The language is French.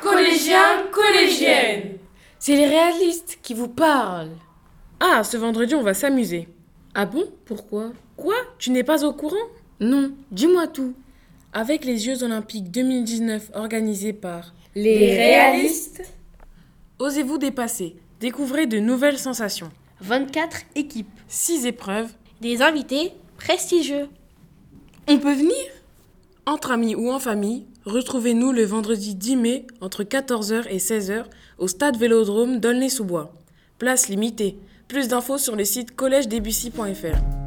Collégiens, collégiennes C'est les réalistes qui vous parlent. Ah, ce vendredi, on va s'amuser. Ah bon Pourquoi Quoi Tu n'es pas au courant Non, dis-moi tout. Avec les Jeux Olympiques 2019 organisés par Les réalistes Osez-vous dépasser, découvrez de nouvelles sensations. 24 équipes, 6 épreuves, des invités prestigieux. on peut venir Entre amis ou en famille, retrouvez-nous le vendredi 10 mai entre 14h et 16h au stade Vélodrome d'Aulnay-sous-Bois. Place limitée. Plus d'infos sur le site collège-debussy.fr